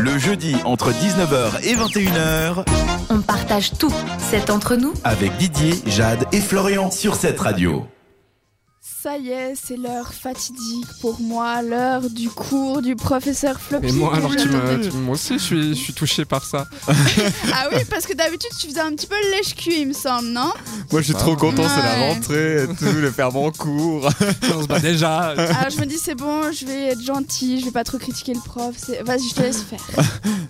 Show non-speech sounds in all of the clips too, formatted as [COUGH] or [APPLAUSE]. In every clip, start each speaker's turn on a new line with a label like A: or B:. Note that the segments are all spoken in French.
A: Le jeudi entre 19h et 21h
B: On partage tout. C'est entre nous.
A: avec Didier, Jade et Florian sur cette radio.
C: Ça y est, c'est l'heure fatidique pour moi, l'heure du cours du professeur Floppy. [LAUGHS]
D: Mais moi,
C: que
D: alors tu me,
C: j'attendais.
D: tu- moi aussi, je suis, je suis touché par ça.
C: Ah oui, parce que d'habitude, tu faisais un petit peu le lèche-cul, il me semble, non
E: Moi, je suis trop content, c'est la
C: Ouais.
E: rentrée, et tout, le faire en cours.
D: On se
E: [LAUGHS]
D: bat déjà.
C: Alors Ah, je me dis, c'est bon, je vais être gentil, je vais pas trop critiquer le prof. c'est- Vas-y, je te laisse faire.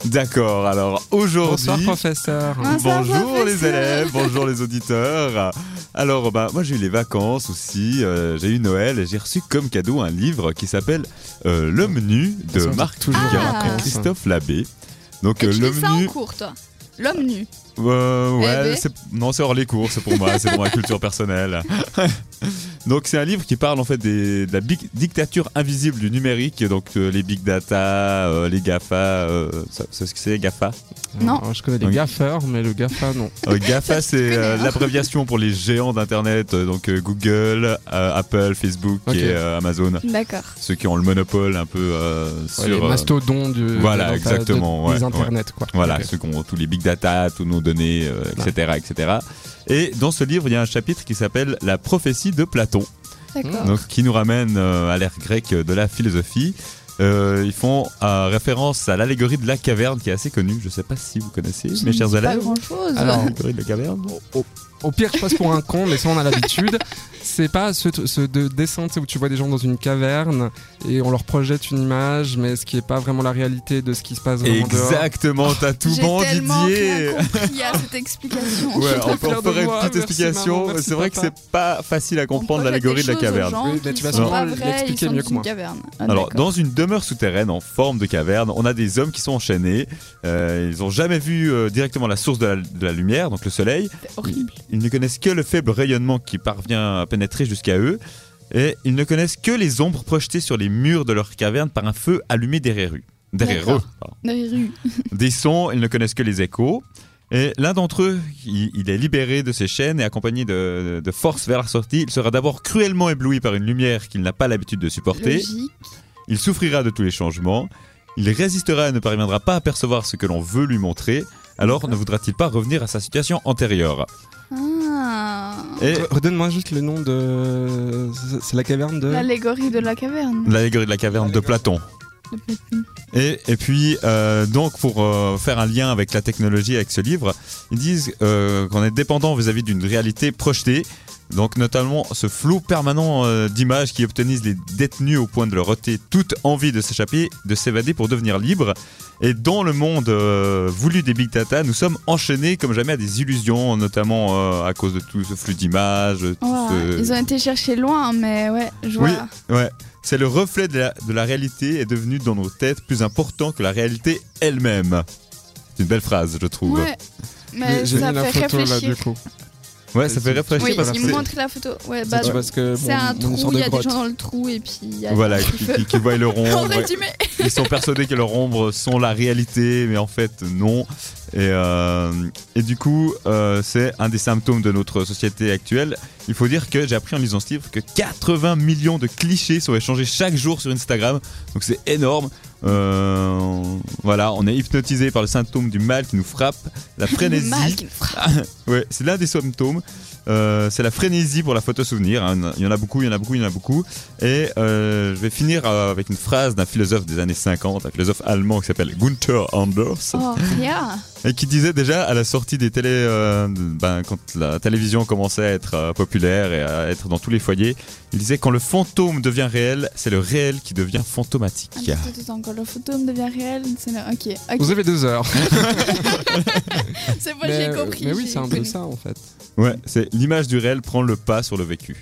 E: D'accord, alors
D: Bonsoir,
E: aujourd'hui.
D: professeur.
C: Bonsoir,
E: Bonjour les
C: Hein, professeur.
E: élèves, bonjour les auditeurs. Alors, bah, moi j'ai eu les vacances aussi, euh, j'ai eu Noël et j'ai reçu comme cadeau un livre qui s'appelle euh, Le Menu de
D: Ça me dit
E: Marc
D: toujours
E: Touguin
C: Ah.
E: et Christophe Labbé. Donc,
C: Et
E: euh,
C: tu
E: le
C: fais ça en
E: menu.
C: cours, toi L'homme nu.
E: Euh,
C: Eh
E: ouais,
C: ben.
E: c'est- non, c'est hors les cours, c'est pour moi, c'est pour ma culture personnelle. [LAUGHS] donc, c'est un livre qui parle en fait des- de la big- dictature invisible du numérique, donc euh, les big data, euh, les GAFA. euh, ça- c'est ce que c'est les GAFA
C: Non.
D: Alors, je connais les
E: Oui.
D: gaffeurs, mais le gaffa, non.
E: Euh, GAFA, c'est
C: connais,
E: euh,
C: hein.
E: l'abréviation pour les géants d'Internet, euh, donc euh, Google, euh, Apple, Facebook
D: Ok.
E: et euh, Amazon.
C: D'accord.
E: Ceux qui ont le monopole un peu euh, sur.
D: les
E: euh,
D: mastodons du,
E: voilà,
D: de l'Inter-
E: exactement,
D: de-
E: ouais,
D: des
E: ouais.
D: internets, quoi.
E: Voilà,
D: Ok.
E: ceux qui ont tous les big data, tous nos données, euh, etc., etc. Et dans ce livre, il y a un chapitre qui s'appelle La prophétie de Platon,
D: Ah.
C: D'accord.
E: donc, qui nous ramène euh, à l'ère grecque de la philosophie. Euh, ils font euh, référence à l'allégorie de la caverne qui est assez connue. Je ne sais pas si vous connaissez,
C: Ça
E: mes
C: me
E: chers
C: dit Pas
E: élèves.
C: grand chose.
D: Alors, Oh,
E: L'allégorie de la caverne.
D: au, au pire, je passe pour un con, mais ça, on a l'habitude. [LAUGHS] C'est pas ce, tr- ce de dessin tu sais, où tu vois des gens dans une caverne et on leur projette une image, mais ce qui est pas vraiment la réalité de ce qui se passe vraiment dehors. Oh,
E: Exactement, t'as tout
C: J'ai
E: bon,
C: tellement
E: Didier.
C: rien compris à cette explication.
E: Ouais,
D: suis trop
E: on peut
D: fier
E: on
D: de
E: ferait une
D: moi,
E: petite
D: merci maman,
E: explication.
D: merci
E: C'est vrai que
D: papa.
E: c'est pas facile à comprendre l'allégorie de la caverne.
D: Oui, mais
C: tu
D: tu
C: vas
D: vas
C: sûrement
D: sûrement
C: l'expliquer mieux que moi. Caverne. Ah,
E: Alors,
C: d'accord.
E: dans une demeure souterraine en forme de caverne, on a des hommes qui sont enchaînés. Euh, ils n'ont jamais vu euh, directement la source de la, de la lumière, donc le soleil.
C: C'est horrible.
E: Ils ne connaissent que le faible rayonnement qui parvient à pénétrer jusqu'à eux. Et ils ne connaissent que les ombres projetées sur les murs de leur caverne par un feu allumé derrière eux. Derrière eux
C: D'accord.
E: pardon.
C: Mm. Dans les rues.
E: Des sons, ils ne connaissent que les échos. Et l'un d'entre eux, il, il est libéré de ses chaînes et accompagné de, de force vers la sortie. Il sera d'abord cruellement ébloui par une lumière qu'il n'a pas l'habitude de supporter.
C: Logique.
E: Il souffrira de tous les changements. Il résistera et ne parviendra pas à percevoir ce que l'on veut lui montrer. Alors ne voudra-t-il pas revenir à sa situation antérieure
C: Ah.
E: Et
D: Re- Euh, Redonne-moi juste le nom de. c'est- C'est la caverne de.
C: L'allégorie de la caverne.
E: l'allégorie de la caverne de Platon. Et, et puis, euh, donc, pour euh, faire un lien avec la technologie, avec ce livre, ils disent euh, qu'on est dépendant vis-à-vis d'une réalité projetée. Donc, notamment ce flou permanent euh, d'images qui obtenissent les détenus au point de leur ôter toute envie de s'échapper, de s'évader pour devenir libre. Et dans le monde euh, voulu des big data, nous sommes enchaînés comme jamais à des illusions, notamment euh, à cause de tout ce flux d'images. tout
C: Ouah,
E: ce-
C: Oh, ah, Ils ont été chercher loin, mais ouais, je vois.
E: Euh. Oui. Ouais, c'est le reflet de la, de la réalité est devenu dans nos têtes plus important que la réalité elle-même. C'est une belle phrase, je trouve.
C: Ouais. Mais
D: J'ai
C: ça
D: mis la
C: fait
D: photo là
E: Ah,
C: réfléchir.
D: du coup.
E: Ouais, ça fait réfléchir
C: oui,
E: parce que
C: il me
E: c'est-
C: montre la photo. Ouais,
D: Si
C: bah,
D: tu vois ce que-
C: c'est
D: mon-
C: un
D: mon
C: trou,
D: histoire
C: il y a des
D: de grotte.
C: gens dans le trou et puis il y a.
E: voilà,
C: des
E: qui, qui- qui voient leur
C: [LAUGHS] En
E: ombre.
C: résumé,
E: Ils sont persuadés que leur ombre sont la réalité, mais en fait non. Et, euh, et du coup, euh, c'est un des symptômes de notre société actuelle. Il faut dire que j'ai appris en lisant ce livre que 80 millions de clichés sont échangés chaque jour sur Instagram. Donc c'est énorme. Euh, voilà, on est hypnotisé par le symptôme du mal qui nous frappe, la frénésie.
C: mal qui me frappe.
E: Ouais, c'est l'un des symptômes. Euh, c'est la frénésie pour la photo souvenir. hein. Il y en a beaucoup, il y en a beaucoup, il y en a beaucoup. Et euh, je vais finir euh, avec une phrase d'un philosophe des années 50, un philosophe allemand qui s'appelle Gunther Anders,
C: Oh, rien.
E: et qui disait déjà à la sortie des télés, euh, ben, quand la télévision commençait à être euh, populaire et à être dans tous les foyers, il disait quand le fantôme devient réel, c'est le réel qui devient fantomatique.
C: Attends, attends, attends, quand le fantôme devient réel, c'est. le- Ok,
D: Vous
C: ok.
D: avez deux heures.
C: C'est bon,
D: mais, euh,
C: j'ai compris.
D: mais oui,
C: j'ai
D: c'est un peu
C: connu.
D: ça en fait.
E: Ouais, c'est l'image du réel prend le pas sur le vécu.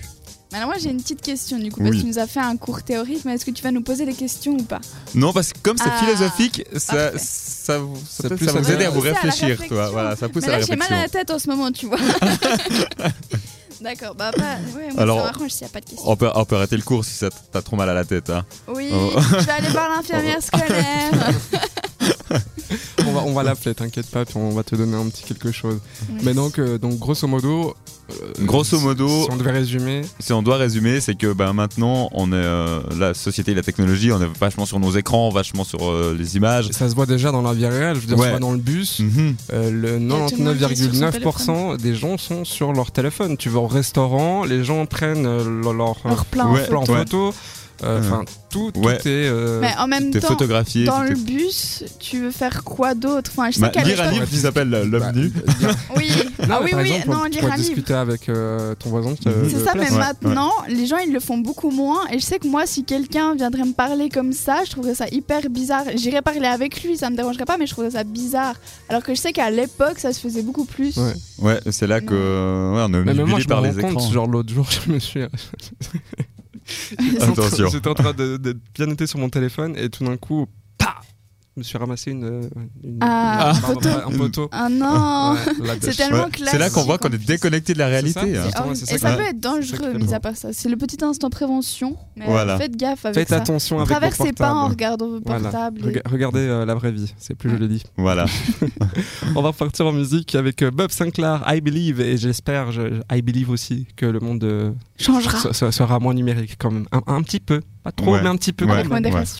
C: Mais Alors, moi, j'ai une petite question du coup, parce que
E: Oui.
C: tu nous as fait un cours théorique, mais est-ce que tu vas nous poser des questions ou pas
E: Non, parce que comme c'est
C: Ah,
E: philosophique, ça,
C: parfait.
E: ça, vous- ça,
D: Ça
E: peut-
D: pousse
E: ça
D: à
E: vous
D: la-
E: aide à vous
C: ça pousse à la
E: réfléchir, toi.
C: réflexion.
E: Voilà, ça pousse
C: Mais
E: à
C: là,
E: la
C: j'ai mal
E: réflexion.
C: à la tête en ce moment, tu
E: [LAUGHS]
C: vois. D'accord, bah, pas. Ouais, moi,
E: Alors-
C: ça m'arrange s'il n'y a pas de questions.
E: On peut, on peut arrêter le cours si ça t- t'as trop mal à la tête. hein.
C: Oui,
E: [LAUGHS] Oh.
C: je vais aller voir l'infirmière scolaire.
D: On va, on va l'appeler, t'inquiète pas, puis on va te donner un petit quelque chose. Mais donc, euh, donc grosso modo. euh,
E: Grosso modo-
D: Si on devait résumer.
E: Si on doit résumer, c'est que ben, maintenant, on est, euh, la société et la technologie, on est vachement sur nos écrans, vachement sur euh, les images.
D: Ça se voit déjà dans la vie réelle, je veux dire,
E: Ouais.
D: tu vas dans le bus,
E: Mhm.
D: euh, le
C: a tout le monde qui est sur son
D: 99,9% des gens sont sur leur téléphone. Tu vas au restaurant, les gens prennent euh, leur, leur,
C: Leur plein
E: Ouais.
D: plan
C: photo.
D: photo. euh,
E: Ouais.
D: Enfin, tout, tout
E: Ouais.
D: est. euh,
C: Mais en même
E: T'es
C: temps,
E: photographié.
C: dans
E: t'es-
C: le bus, tu veux faire quoi d'autre Enfin, je sais
E: Bah,
C: qu'à
E: lire un
C: l'époque-
E: livre qui s'appelle euh,
D: bah,
E: L'homme nu.
D: bien.
E: [LAUGHS]
C: Oui, ah
D: mais
C: oui,
D: par
C: oui,
D: exemple,
C: non,
D: tu
C: lire
D: pourrais
C: un livre.
D: discuter avec euh, ton voisin. qui te-
E: Mhm.
C: C'est
D: le
C: ça,
D: place.
C: mais
E: Ouais,
C: maintenant, les gens, ils le font beaucoup moins. Et je sais que moi, si quelqu'un viendrait me parler comme ça, je trouverais ça hyper bizarre. J'irais parler avec lui, ça me dérangerait pas, mais je trouverais ça bizarre. Alors que je sais qu'à l'époque, ça se faisait beaucoup plus.
D: Ouais.
E: Ouais, c'est là que ouais, on est
D: Mais
E: obnubilé
D: même moi, je me
E: par
D: rends
E: les
D: compte,
E: écrans.
D: genre l'autre jour, [LAUGHS] je me suis. euh,
C: [LAUGHS]
E: Attention.
D: J'étais en train de, de pianoter sur mon téléphone et tout d'un coup, pa Je me suis ramassé une. euh, une-
C: Ah,
D: une-
C: un poteau.
D: Un poteau.
C: Ah non [LAUGHS]
D: Ouais, la
C: C'est
D: dèche.
C: tellement
E: Ouais,
C: classe.
E: C'est là qu'on voit qu'on est
C: comme ça.
E: déconnecté de la réalité.
D: ça.
E: hein.
C: C'est
D: Attends, ouais,
C: horrible.
D: c'est ça
C: Et
D: que-
C: ça
E: ouais.
C: peut être dangereux,
D: C'est
C: mis à part ça. C'est le petit instant prévention. Mais
E: Voilà.
C: euh, faites gaffe avec
D: Faites
C: ça.
D: attention avec vos
C: Traversez pas en
D: portables.
C: regardant vos
D: Voilà.
C: portables. et-
D: Rega- Regardez euh, la vraie vie, c'est plus joli dit.
E: Voilà.
D: On va repartir en musique avec euh, Bob Sinclair, I Believe, et j'espère, je- I Believe aussi, que le monde euh,
C: Changera
D: se- se- sera moins numérique quand même. Un, un petit peu, pas trop,
E: Ouais.
D: mais un petit peu
E: Ouais.
D: quand
C: avec
D: même.
C: modération.